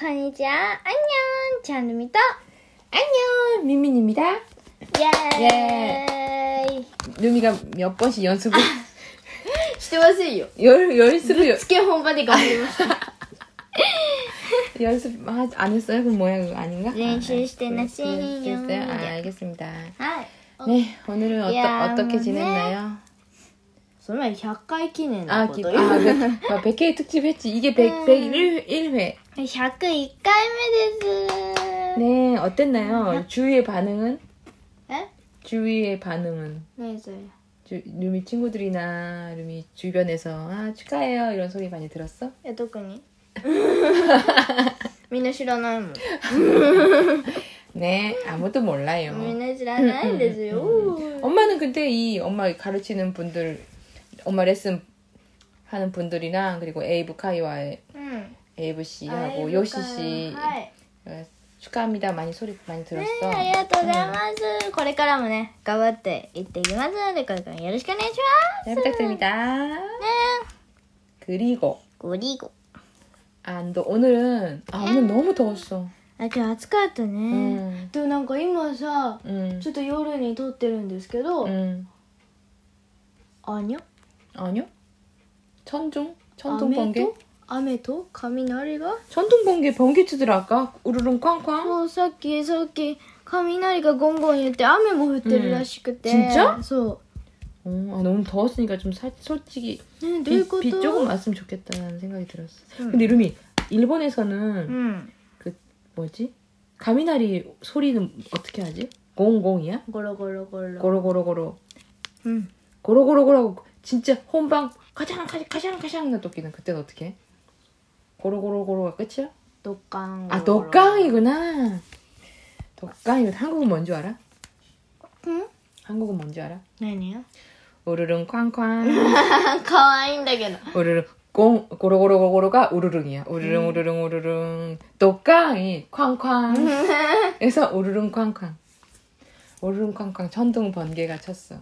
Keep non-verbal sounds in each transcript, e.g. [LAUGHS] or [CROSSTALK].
こんにちは、アンニョン、チャンルミと、 안녕 민민입니다. イエーイ 루미가 몇 번씩 연습을 아, してませんよ。 열 연습을 여- つけ本番で頑張りました。 연습 하- 안 했어요? 그럼 뭐야 그거 아닌가? 렌실 아, 시대 나시. 연습했어요? 아, 알겠습니다. [LAUGHS] はい。 네 오늘은 야, 어떠, 어떻게 뭐네. 지냈나요? その前に100回記念の 아 こ 기, とよ。 아 그, 막 100회 특집 했지 이게 100, 101회 101回目です。 네 어땠나요? 주위의 반응은? え 주위의 반응은? 何それ 주, 루미 친구들이나 루미 주변에서 아 축하해요 이런 소리 많이 들었어? え、特 [LAUGHS] にみんな知らないもん。 네 아무도 몰라요 みんな知らないんですよ。 엄마는 근데 이 엄마 가르치는 분들 엄마 레슨 하는 분들이랑 그리고 에이브 카이와 うん。 에이브 씨하고 あ 요시 씨 어, はい。ね 축하합니다 많이 소리 많이 え 들었어. ありがとうございます。これからもね、頑張っていっていきますので、これからもよろしくお願いします。 잘 부탁드립니다. ね 네, 그리고 ゴリゴ。 안도 오늘은 아 오늘 너무 더웠어. あ、今日暑かったね。 음, でもなんか今さ、 음, ちょっと夜に撮ってるんですけど、 음. あにゃ 아니요? 천둥? 雨 천둥 번개? と雨と雷が 천둥 번개 번개 치더라 아까 우르릉 쾅쾅. そうさっきさっき雷がゴンゴン言って雨も降ってるらしくて、うん진짜 そ 어, 아, 너무 더웠으니까 좀 살, 솔직히 うねどういう 비 こと 비 조금 왔으면 좋겠다는 생각이 들었어. 근데 루미 일본에서는 うん。 그 뭐지? 가미나리 소리는 어떻게 하지? 공공이야? ゴロゴロゴロ 고로고로고로 うん。 고로고로고라고 진짜 혼방 가장 가장 가장 가장 나 도끼는 그때는 어떻게 해? 고로고로고로가 끝이야? ドッカン 아 ゴロゴロ 독강이구나. 독강이면 한국은 뭔 줄 알아? 응? 한국은 뭔 줄 알아? 何よ 우르릉 쾅쾅 可愛いんだけど 우르릉 공 고로고로고로가 우르릉이야. 우르릉 우르릉 우르릉 독강이 쾅쾅. [LAUGHS] 그래서 우르릉 쾅쾅. 우르릉 쾅쾅 천둥 번개가 쳤어.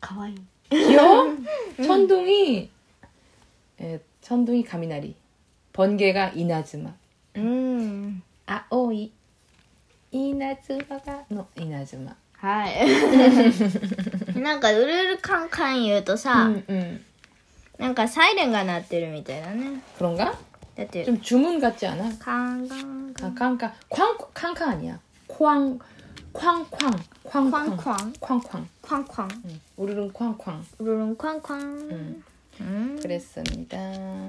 可愛い 귀여워? 천둥이 에, 천둥이 가미나리. 번개가 이나즈마. うん。 아오이 어, 이나즈마가 노 이나즈마. はい [LAUGHS] なんか、うるうるカンカン言うとさ、 음, 음. なんかサイレンが鳴ってるみたいだね。 그런가? だって、 좀 주문 같지 않아? カンカンカン。 아, 깡깡 쾅 캉캉 아니야. 쾅 쾅쾅 쾅쾅 カンカン 쾅쾅. カンカン。 음, 우르릉 쾅쾅. うるるんカンカン。 음, うん。 그랬습니다.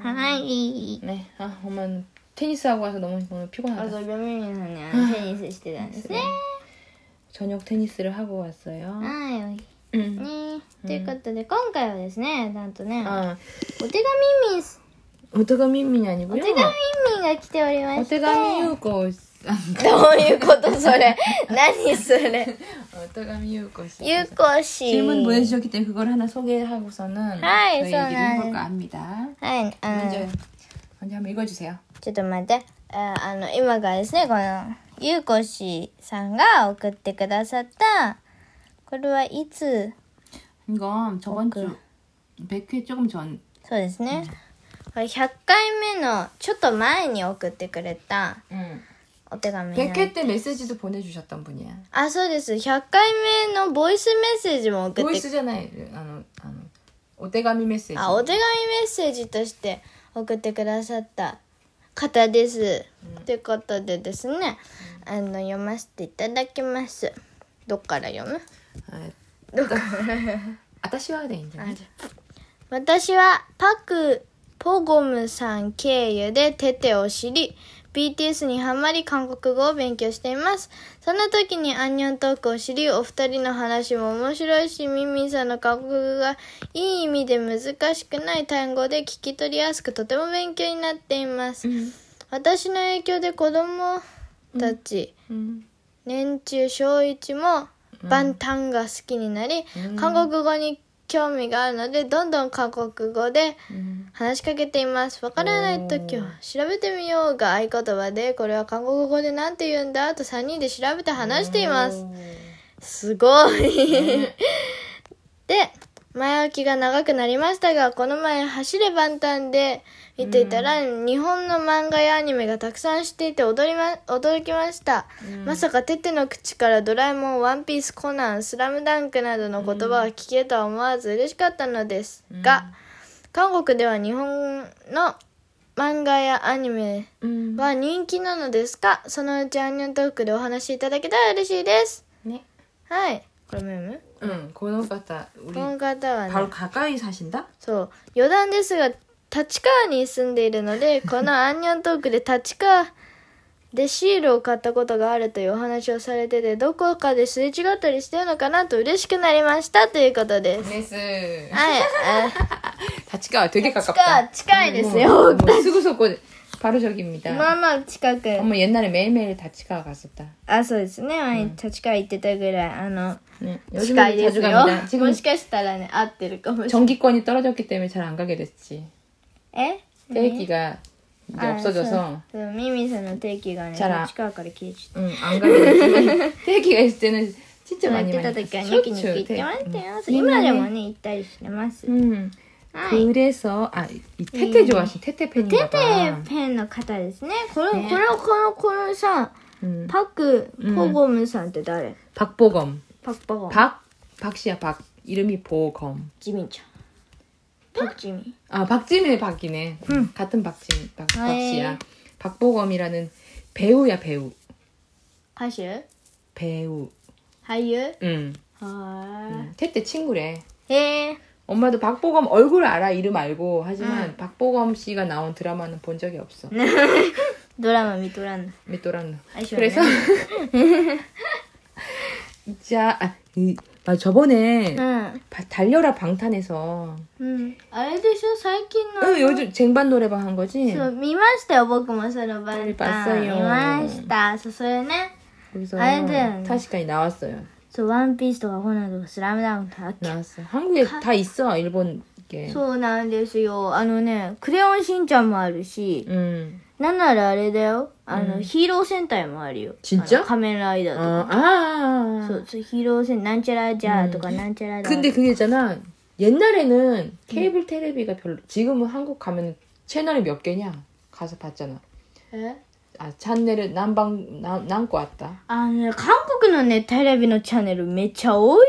はい。 네, 아, 엄마는 테니스 하고 와서 너무 오늘 あ 피곤하다. そう、ビョミミさんね、テニスしてたんですね。 저녁 테니스를 하고 왔어요. はい。ね 음. ということで、今回はですね、なんとね、 아, お手紙ミンス、 오토가미민이 お 아니고요. 手紙ミンが来ておりまして。 오토가미 유고. [LAUGHS] どういうことそれ。何そ [LAUGHS] れ。 오토가미 유고. 有効し。 질문 보내주셨기 때문에 그걸 하나 소개하고서는 하이, 저희 얘기를 저는- 해볼까 합니다. はい、あの、 먼저 먼저 한번 읽어주세요. ちょっと待って。ああの、今からですね、この、ゆうこしさんが送ってくださった、これはいつ、 이건 저번 주 100회 조금 전 そうですね。これ100回目の、ちょっと前に送ってくれた 응. お手紙なん 100회 음. 때 메시지도 보내주셨던 분이야. あ、そうです。100回目のボイスメッセージも送って、 보이스잖아요. 아노 아노 오떼가미 메시지. あ、お手紙メッセージとして送ってくださった方です。ということでですね、あの、読ませていただきます。どっから読む 아, [LAUGHS] 아따시와야 네. 돼 이제. 私はパク・ポゴムさん経由でテテを知り BTS にハマり韓国語を勉強していますその時にアンニョントークを知りお二人の話も面白いしミンミンさんの韓国語がいい意味で難しくない単語で聞き取りやすくとても勉強になっています、私の影響で子供たち、 음. 年中小一も万端が好きになり、韓国語に興味があるのでどんどん韓国語で 음. 話しかけていますわからない時は調べてみようが合言葉でこれは韓国語で何て言うんだと3人で調べて話していますすごい [LAUGHS] で前置きが長くなりましたが、この前走れ万端で見ていたら、日本の漫画やアニメがたくさんしていて驚りま、驚きました。まさかテテの口からドラえもん、ワンピース、コナン、スラムダンクなどの言葉が聞けるとは思わず嬉しかったのですが、韓国では日本の漫画やアニメうんは人気なのですかそのうちアンニョントークでお話しいただけたら嬉しいです。ねはい。これメム 응, 고노바다 우리 この方はね。 바로 가까이 사신다? そう余談ですが立川に住んでいるの [LAUGHS] でこのアンニョントークで立川でシールを買ったことがあるというお話をされててどこかですれ違ったりしてるのかなと嬉しくなりましたということです。 네스 はい、 [LAUGHS] 다치가 되게 あ近 가깝다 い近いです 뭐, よ。 뭐, 쓰고 섞고 바로 まあ 저기입니다 まあ近く。 엄마 옛날에 매일매일 다치가 갔었다 あ、そうですね。前に立川行ってたぐらい、あの、 네, 近いで 요즘은 자주 すよ 갑니다 。 지금 もしかしたらね、合ってるかもしれない。 정기권이 떨어졌기 때문에 잘 안 가게 됐지 え 네. 떼기가 이제 あ 없어져서 そうそうミミさんの定期がね、チャラ立川から消えちゃった。 응, 안 가게 됐지 [LAUGHS] 떼기가 있을 때는 진짜 行っ 많이 てた 많이 時は 갔어. ニキニキ行ってまし 떼기. たよ。今でもね、行ったりしてます。 음. はい。 그래서 아, 이 테테 좋아하시는 테테 팬인가 テテ 봐. ペンの方ですね。この、ねこの、この、このさ、 음. パク、ポゴムさんって誰、 박보검. パクパゴム。 박 박씨야 박 이름이 보검. ジミンちゃん。パクジミン。 아 박지민의 박이네. 같은 박지민 박, 박씨야. 박보검이라는 배우야 배우 歌手 배우. 俳優 음. は 음. 테테 친구래. ーい。へえ。 엄마도 박보검 얼굴 알아 이름 알고 하지만 박보검 씨가 나온 드라마는 본 적이 없어. ドラマ見とらんの。 밑도랑. 아, 시원해. 그래서 [LAUGHS] 자, 아, 이, 아 저번에 うん。 바- 달려라 방탄에서 うん。あれでしょ最近の。 응, 요즘 쟁반 노래방 한 거지? そう、見ましたよ、僕もその番組。見バッサよました。そう、それね。 거기서 아이들. 타시카이 나왔어요. そう、ワンピースとかコナンとかスラムダンクとか 나왔어. 한국에 다 있어. 일본 게. そうなんですよ。あのね、クレヨンしんちゃんもあるし、 음. なんならあれだよ。あの、ヒーロー戦隊もあるよ。ちっちゃあの仮面ライダー 어, とか。 아. そう、そうヒーロー戦、なんちゃらじゃーとか、なんちゃらだ。 근데 그게 있잖아. 옛날에는 케이블 테레비가 별로 지금은 한국 가면 채널이 몇 개냐? 가서 봤잖아. え 아 찬네를 난방 난 난고 왔다. [LAUGHS] あのね、韓国のね、テレビのチャンネルめっちゃ多い。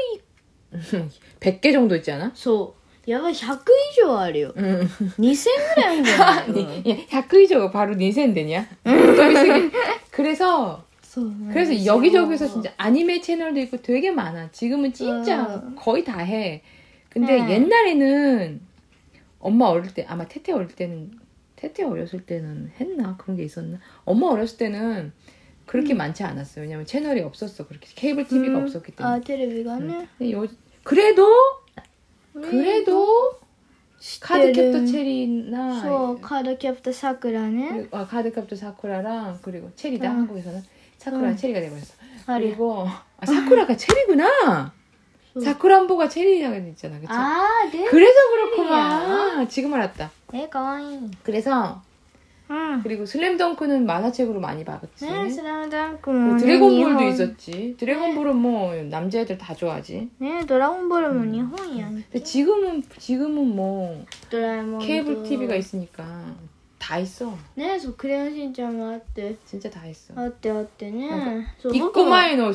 100개 정도 있잖아. そう。やばい、100以上あるよ。 음. 2000ぐらいあるんじゃない 아니, 네. 야, 야크이저가 바로 니센 되냐? [LAUGHS] 좀 있으면- 그래서 そうね。 그래서 여기저기서 진짜 아니메 채널도 있고 되게 많아. 지금은 진짜 음. 거의 다 해. 근데 네. 옛날에는 엄마 어릴 때 아마 태태 어릴 때는 태태 어렸을 때는 했나 그런 게 있었나? 엄마 어렸을 때는 그렇게 많지 않았어요. 왜냐면 채널이 없었어. 그렇게 케이블 TV가 음. 없었기 あ、 때문에. テレビがね。 근데 요- 그래도 음. 그래도 네, 카드캡터 체리나 そう、カードキャプターさくらね。 그리고- 아, 카드캡도 사쿠라랑 그리고 체리다 응. 한국에서는 사쿠라 응. 체리가 돼버렸어. あれ。 그리고 네. 아, 사쿠라가 체리구나. 응. 사쿠란보가 체리라고 있잖아, 그치? あー、で、 그래서 그렇구만. 아, 지금 알았다. え、かわいい。うん。 그래서 ね 그리고 슬램덩크는 만화책으로 많이 봤지. スラムダンク 그리고 もね。 드래곤볼도 日本 있었지. 드래곤볼은 뭐 남자애들 다 좋아하지. ねドラゴンボールも日本やん。 근데 지금은 지금은 뭐 ドラえもんと。 케이블 TV가 있으니까 다 있어. ねそう、クレヨンしんちゃんもあって、 진짜 다 있어. あってあってなんね。そう、僕も 이코마에노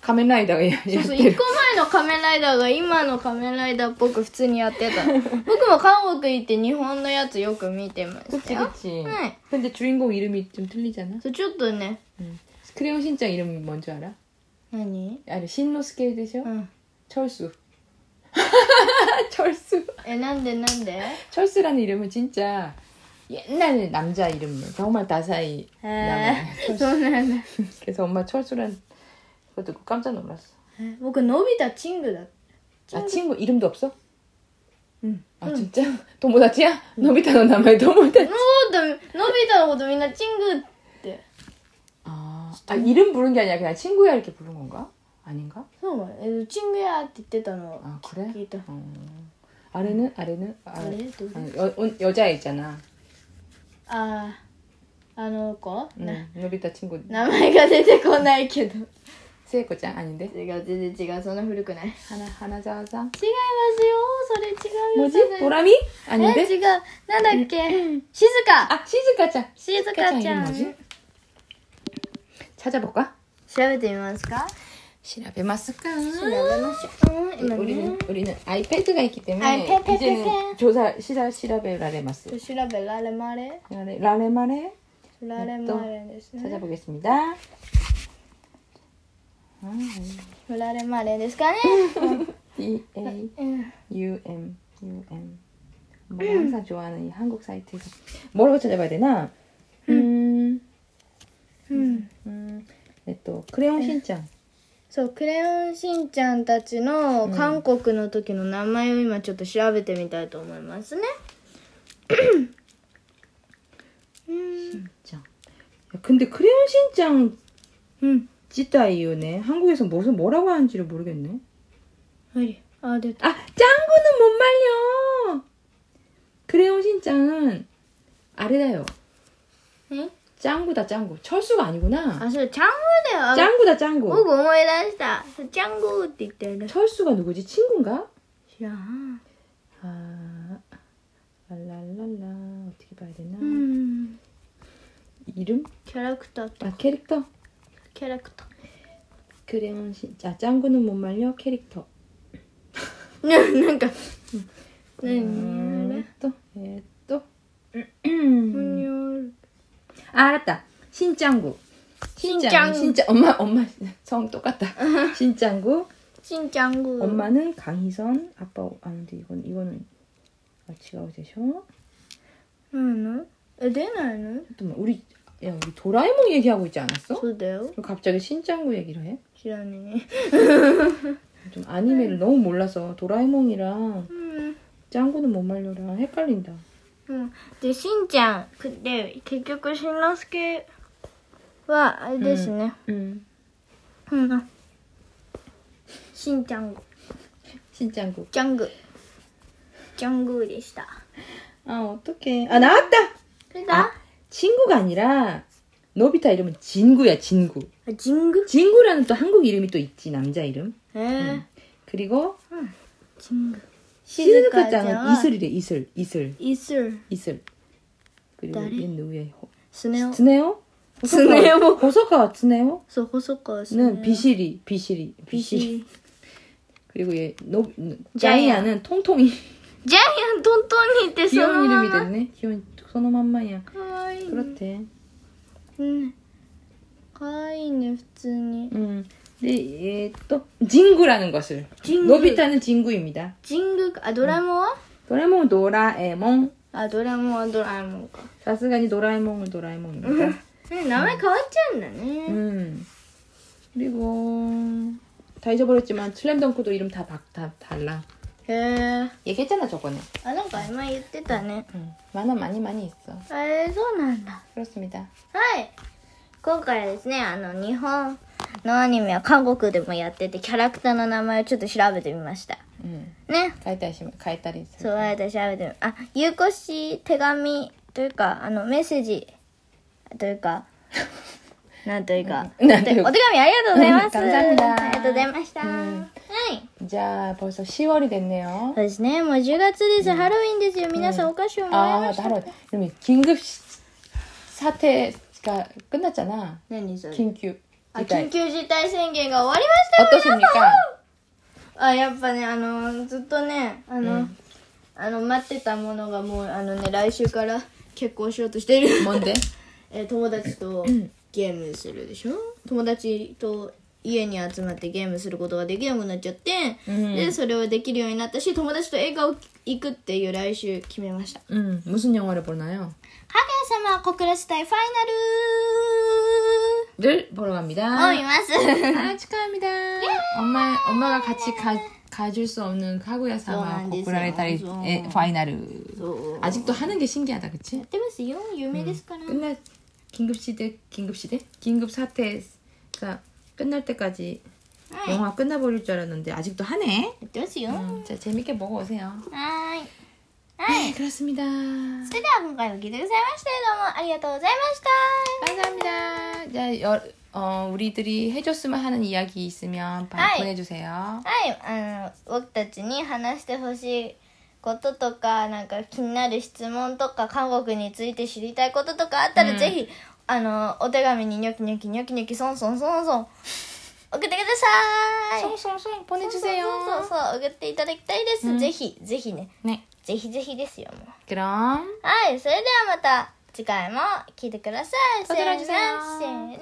가면라이더가 そうそう、やってる一個前の仮面ライダーが今の仮面ライダーっぽく普通にやって [LAUGHS] た。僕も韓国行って日本のやつよく見てました 그치 よ。 그치. 네. 근데 주인공 이름이 좀 틀리잖아. そう、ちょっとね。 크레용 신장 이름이 뭔지 알아? 何 아니 신노스케 되죠? うん。 철수. [LAUGHS] 철수. え、なんでなんで 철수라는 이름은 진짜 옛날 남자 이름이에요. 정말 다사이 へ 남자. え、そうなんだ。 그래서 엄마 철수란 그거 듣고 깜짝 놀랐어. え僕、のび太チングだった。 아 친구 이름도 없어? 응. 아 진짜? 도모다치야? 노비타는 남아요 도모다. のび太、のび太のことみんなチングって。 아, 아 이름 부른 게 아니라 그냥 친구야 이렇게 부른 건가? 아닌가? そうなのえ、チングやって言ってたの。 아 그래? 聞いた。 어. 아래는 아래는 아, あれどう 아니, 여, 온- 여자 있잖아. あああの子、な 네. 노비타 친구. 名前が出てこないけど 스에코짱 아닌데? 違う全然違うそんな古くない違いま 하나 하나 자자. すよそれ違うよ 뭐지? 보람이? え 아닌데? 違うなんだっけ静か 아 시즈카짱. 시즈카짱. 이름 뭐지? 찾아볼까? 調べてみますか 시라베마스카. 네, 調べましょううん今ね 우리는 우리는 아이패드가 있기 때문에 아이패드, 이제는 패드. 조사 시라 시라베 라레마스. 調べられまれ 라레 라레마레 られまれですね 찾아보겠습니다. 아, フラレマレですかね。 D A うん、 UM UM 뭐 항상 좋아하는 이 한국 사이트에서 뭐라고 찾아봐야 되나? 음, うん、 음, 네, 또 크레용 신짱 そうクレヨンしんちゃんたちの韓国の時の名前を今ちょっと調べてみたいと思いますね。 신짱. 야, 근데 크레용 신짱 うん、 지타이요네 한국에서 무슨 뭐라고 하는지를 모르겠네. はい、あ出た。 아 짱구는 못 말려. 크레용 신짱은 아래다요. え、 짱구다 짱구. 철수가 아니구나. あそれチャングだよ。あ 짱구다 짱구. 僕思い出した。そうチャングって言ったよね。 철수가 누구지? 친구인가? 知らん。 아, 랄랄랄라 어떻게 봐야 되나? 음. うん、 이름? キャラクターと 아 캐릭터? キャラクター。 그래요 진짜 아, 짱구는 못 말려 캐릭터 ねなんか、何あれ 아, 예, 에또 ふに 에또 ょる。 아 알았다 신짱구 신짱 신짱구. 신짱 엄마 엄마 성 똑같다 신짱구 しんちゃんぐ。 엄마는 강희선 아빠 아닌데 이건 이거는 아 지가 되셔 うんの？え出ないの？ 잠깐만 우리 야 우리 도라에몽 얘기하고 있지 않았어? そうだよ。 그럼 갑자기 신짱구 얘기를 해? 知らんね。 좀 아니메를 너무 몰라서 도라에몽이랑 うん。 짱구는 못 말려랑 헷갈린다. うん、でしんちゃんくで結局しんのすけはあれですね、 음. うんしんちゃんご 신짱구. ジャングジャングでした 아 어떡해. 아 나왔다. それだ 친구가 아니라 노비타 이름은 진구야 진구. あジング 진구라는 또 한국 이름이 또 있지 남자 이름. えー 그리고 ジングは 시즈카짱은 이슬이래 이슬 이슬 イスル 이슬. 그리고 나리? 얘 누구야? 호- スネ夫 스네오? 스네오. 호소카와 스네오는 そう細川スネ夫 비시리 비시리 ビシ 비시리. 그리고 얘 노, 자이아. 자이아는 통통이. ジャイアントントンにってその 귀여운 ま 이름이 ま 됐네. 귀여운 소노만마야. かわいい、 그렇대. うん、かわいいね普通に 음. 근데 얘 또 진구라는 것을. 진구. 노비타는 진구입니다. ジングかあドラえもんは、 도라에몽 도라에몽. あドラえもんはドラえもんか 사스가니 도라에몽은 도라에몽입니다. [LAUGHS] ね名前変わっちゃうんだね。 음. 그리고 다 잊어버렸지만 슬램덩크도 이름 다, 박, 다 달라. へえ。 얘기했잖아 저번에. あ、なんか今言ってたね。 음. 만화 많이 많이 있어. えー、そうなんだ。 그렇습니다. はい。今回はですね、あの、日本のアニメは韓国でもやってて、キャラクターの名前をちょっと調べてみました。 음. ね。 가이타리 심- 가이타리. そう、あえて調べてみ、あ、有効し手紙というか、あの、メッセージというか、なんというか、お手なんと紙いうかありがとうございます。うん감사합니다 ありがとうございました。はい。 자, 벌써 10월이 됐네요. そうですね、もう10月です。ハロウィンですよ。皆さんお菓子をもらいま 아 した。 나로 그러면 긴급 시- 사태가 그러니까 끝났잖아. 何それ 네. 아, 긴급. あ 일단 緊急事態宣言が終わりましたよ 어떻습니까? あやっぱねあのずっとねあの、あの待ってたものがもうあのね来週から結婚しようとしている 뭔데? え友達とゲームするでしょ友達と家に集まってゲームすることができなくなっちゃって、うんでそれをできるようになったし友達と映画を行くっていう来週決めました 음, 무슨 영화를 보나요? ハゲ様小倉スタイファイ 를 보러 갑니다. ナルを見ます 아 축하합니다. 엄마 엄마가 같이 가 가줄 수 없는 카구야 사마 안 고쿠라의 되세요. 딸의 파이널. そうや 아직도 하는 게 신기하다, 그치? ってますよ有名ですから、 끝날 긴급 시대 긴급 시대 긴급 사태가 끝날 때까지 네. 영화 끝나버릴 줄 알았는데 아직도 하네. やってますよ、 음, 자 재밌게 먹어 오세요. はーい。 네 그렇습니다. それでは今回も聞いてくださいまして、どうもありがとうございました。 감사합니다. 자, 여, 어, 우리들이 해줬으면 하는 이야기 있으면 바- 아이. 보내주세요. はい、あの、僕たちに話してほしいこととか、なんか気になる質問とか、韓国について知りたいこととかあったら、うんぜひ、あの、お手紙にニョキニョキニョキニョキソンソンソンソン、送ってください 송송송 そうそう 보내주세요. そうそう、送っていただきたいです。ぜひ、ぜひね。 네, ぜひぜひですよ、もう 그럼 はい、それではまた次回も聞いてください。お楽しみにせーの、せーの、アンニョー